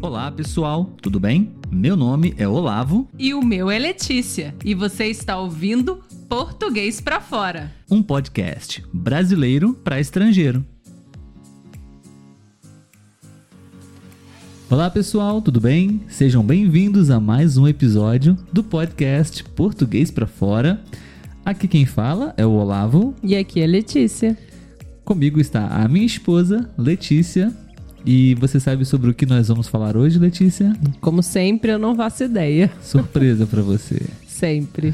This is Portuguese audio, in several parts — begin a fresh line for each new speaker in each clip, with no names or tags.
Olá pessoal, tudo bem? Meu nome é Olavo,
E o meu é Letícia, e você está ouvindo Português pra Fora.
um podcast brasileiro para estrangeiro. Olá pessoal, tudo bem? Sejam bem-vindos a mais um episódio do podcast Português para Fora. Aqui quem fala é o Olavo,
E aqui é Letícia.
comigo está a minha esposa, Letícia. E você sabe sobre o que nós vamos falar hoje, Letícia?
Como sempre, eu não faço ideia.
Surpresa para você.
Sempre.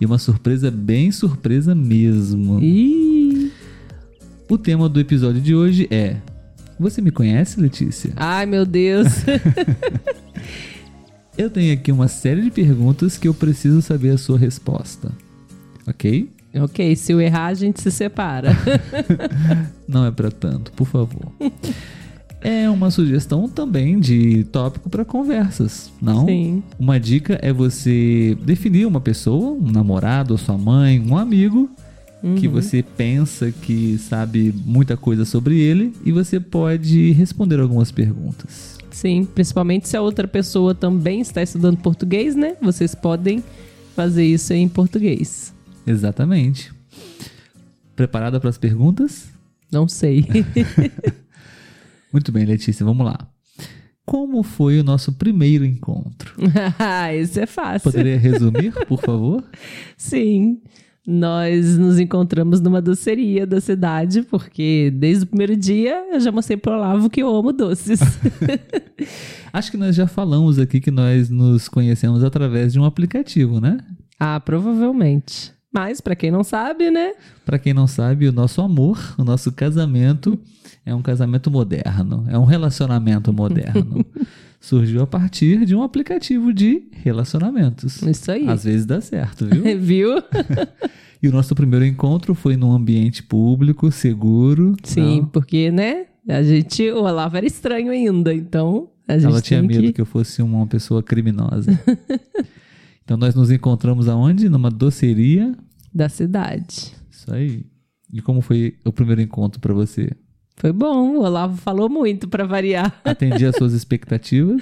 E uma surpresa bem surpresa mesmo.
Ih.
O tema do episódio de hoje é: Você me conhece, Letícia?
Ai, meu Deus.
Eu tenho aqui uma série de perguntas que eu preciso saber a sua resposta. Ok?
ok, se eu errar, a gente se separa.
Não é pra tanto, por favor. É uma sugestão também de tópico pra conversas, não?
Sim.
Uma dica é você definir uma pessoa, um namorado, sua mãe, um amigo, que você pensa que sabe muita coisa sobre ele e você pode responder algumas perguntas.
Sim, principalmente se a outra pessoa também está estudando português, né? Vocês podem fazer isso em português.
Exatamente. Preparada para as perguntas?
Não sei.
Muito bem, Letícia, vamos lá. Como foi o nosso primeiro encontro?
Ah, isso é fácil.
Poderia resumir, por favor?
Sim. Nós nos encontramos numa doceria da cidade, porque desde o primeiro dia eu já mostrei pro Olavo que eu amo doces.
Acho que nós já falamos aqui que nós nos conhecemos através de um aplicativo, né?
ah, provavelmente. Mas, pra quem não sabe, né?
Para quem não sabe, o nosso amor, o nosso casamento é um casamento moderno, é um relacionamento moderno. Surgiu a partir de um aplicativo de relacionamentos.
Isso aí.
Às vezes dá certo, viu?
Viu?
E o nosso primeiro encontro foi num ambiente público, seguro.
Sim,
Não.
porque, né? A gente. O Olavo era estranho ainda, então a gente
Ela tinha
tem
medo que...
que.
eu fosse uma pessoa criminosa. então nós nos encontramos aonde? Numa doceria.
Da cidade.
Isso aí. E como foi o primeiro encontro pra você?
Foi bom, o Olavo falou muito pra variar.
Atendi às suas expectativas.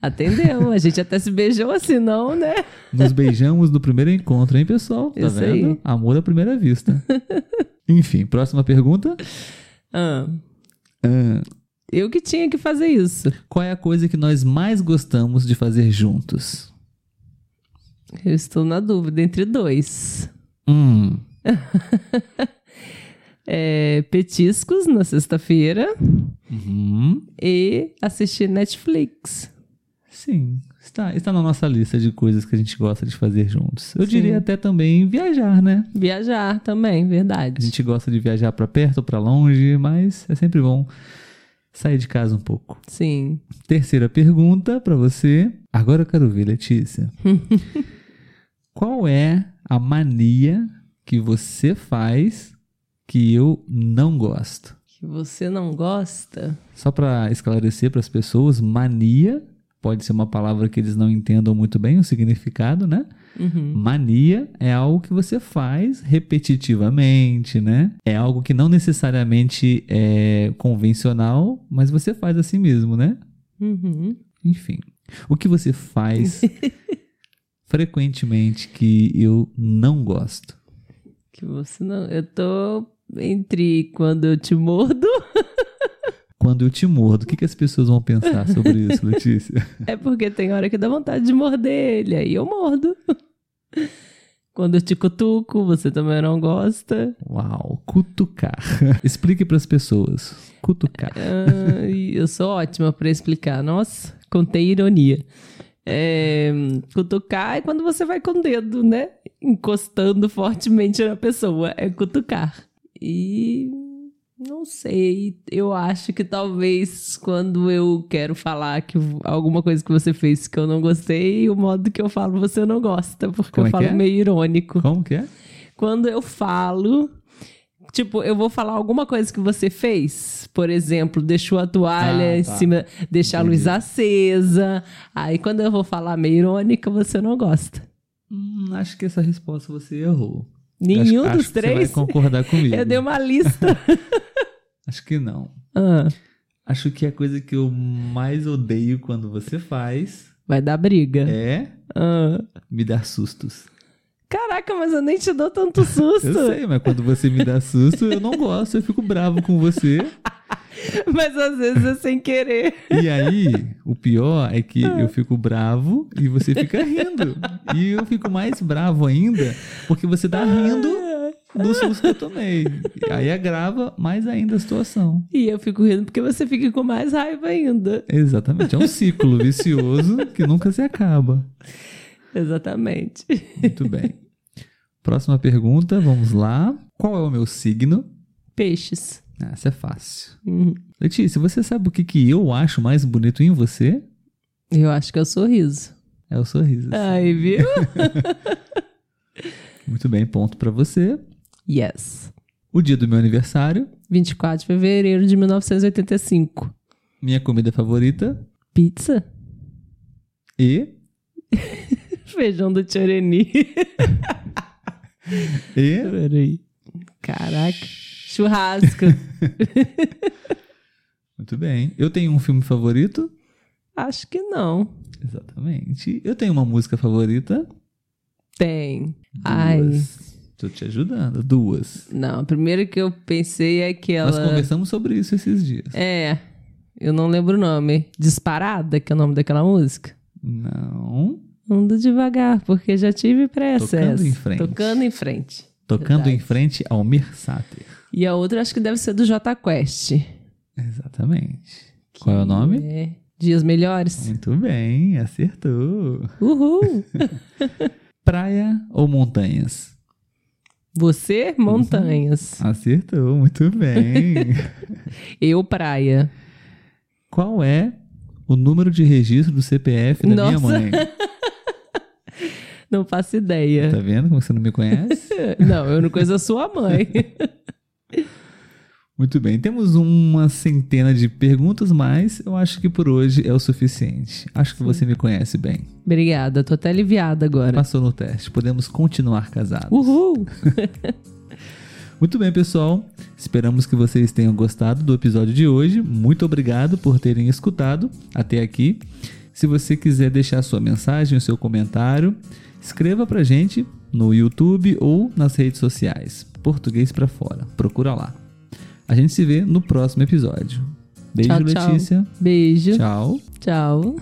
Atendeu, a gente até se beijou assim, não, né?
Nos beijamos no primeiro encontro, hein, pessoal? Tá
Isso
vendo?
aí.
Amor à primeira vista. Enfim, próxima pergunta.
Ah. Eu que tinha que fazer isso.
Qual é a coisa que nós mais gostamos de fazer juntos?
Eu estou na dúvida entre dois.
Hum,
É, petiscos na sexta-feira
Uhum.
e assistir Netflix.
Sim, está, está na nossa lista de coisas que a gente gosta de fazer juntos. Eu
Sim.
diria até também viajar, né?
Viajar também,
A
verdade.
gente gosta de viajar pra perto, pra longe, mas é sempre bom sair de casa um pouco.
Sim.
Terceira pergunta pra você. Agora eu quero ver, Letícia. Qual é a mania que você faz que eu não gosto?
Que você não gosta?
Só para esclarecer para as pessoas, mania pode ser uma palavra que eles não entendam muito bem o significado, né?
Uhum.
Mania é algo que você faz repetitivamente, né? É algo que não necessariamente é convencional, mas você faz assim mesmo, né?
Uhum.
Enfim, o que você faz frequentemente que eu não gosto?
Que você não. Eu tô entre quando eu te mordo.
Quando eu te mordo, o que, que as pessoas vão pensar sobre isso, Letícia?
É porque tem hora que dá vontade de morder ele, aí eu mordo. Quando eu te cutuco, você também não gosta.
Uau, cutucar. Explique para as pessoas. Cutucar.
Ah, e eu sou ótima pra explicar. Nossa, contei ironia. É, cutucar é quando você vai com o dedo, né? Encostando fortemente na pessoa. É cutucar. E não sei. Eu acho que talvez quando eu quero falar que alguma coisa que você fez que eu não gostei, o modo que eu falo você não gosta, porque
Como
eu
é que
falo
é?
meio irônico
Como que é?
quando eu falo. Tipo, eu vou falar alguma coisa que você fez. Por exemplo, deixou a toalha
Ah,
em
tá.
cima, deixar
Entendi.
a luz acesa. Aí quando eu vou falar meio irônica, você não gosta.
Hum, acho que essa resposta você errou.
Nenhum
Acho- acho
dos
que Você vai
três.
concordar comigo.
Eu dei uma lista.
Acho que não.
Ah,
Acho que a coisa que eu mais odeio quando você faz
Vai dar briga.
é
Ah.
me dar sustos.
Caraca, mas eu nem te dou tanto susto.
Eu sei, mas quando você me dá susto, eu não gosto, eu fico bravo com você.
Mas às vezes é sem querer.
E aí, o pior é que eu fico bravo e você fica rindo. E eu fico mais bravo ainda porque você tá rindo do susto que eu tomei. Aí agrava mais ainda a situação.
E eu fico rindo porque você fica com mais raiva ainda.
Exatamente, é um ciclo vicioso que nunca se acaba.
Exatamente.
Muito bem. Próxima pergunta, vamos lá. Qual é o meu signo?
Peixes.
Ah, Essa é fácil.
Uhum.
Letícia, você sabe o que, que eu acho mais bonito em você?
Eu acho que é o sorriso.
É o sorriso. assim.
Ai, viu?
Muito bem, ponto pra você.
Yes.
O dia do meu aniversário,
24 de fevereiro de 1985.
minha comida favorita
Pizza?
e
Feijão do Tchoreni.
e
Peraí. Caraca. Churrasco.
Muito bem. Eu tenho um filme favorito?
acho que não.
Exatamente. Eu tenho uma música favorita?
Tem. Ai.
Duas. Tô te ajudando, duas.
Não, a primeira que eu pensei é que ela.
Nós conversamos sobre isso esses dias.
É. Eu não lembro o nome. Disparada, que é o nome daquela música.
Não.
Ando devagar, porque já tive pressa.
Tocando
essa.
em frente.
Tocando em frente.
Tocando
Verdade.
em frente ao Mersater.
E a outra acho que deve ser do J Quest.
Exatamente. Qual é o nome?
É. Dias Melhores.
Muito bem, acertou.
Uhul!
Praia ou montanhas?
Você, montanhas.
Acertou, muito bem.
Eu, praia.
Qual é o número de registro do CPF da minha
Nossa.
mãe?
Não faço ideia.
Tá vendo como você não me conhece?
Não, eu não conheço a sua mãe.
Muito bem, temos uma centena de perguntas, mas eu acho que por hoje é o suficiente. Acho que você me conhece bem.
Obrigada, tô até aliviada agora.
Passou no teste, podemos continuar casados.
Uhul!
Muito bem, pessoal. Esperamos que vocês tenham gostado do episódio de hoje. Muito obrigado por terem escutado até aqui. Se você quiser deixar sua mensagem, o seu comentário, escreva pra gente no YouTube ou nas redes sociais. Português pra fora. Procura lá. A gente se vê no próximo episódio. Beijo,
Tchau, tchau.
Letícia.
Beijo.
Tchau.
Tchau.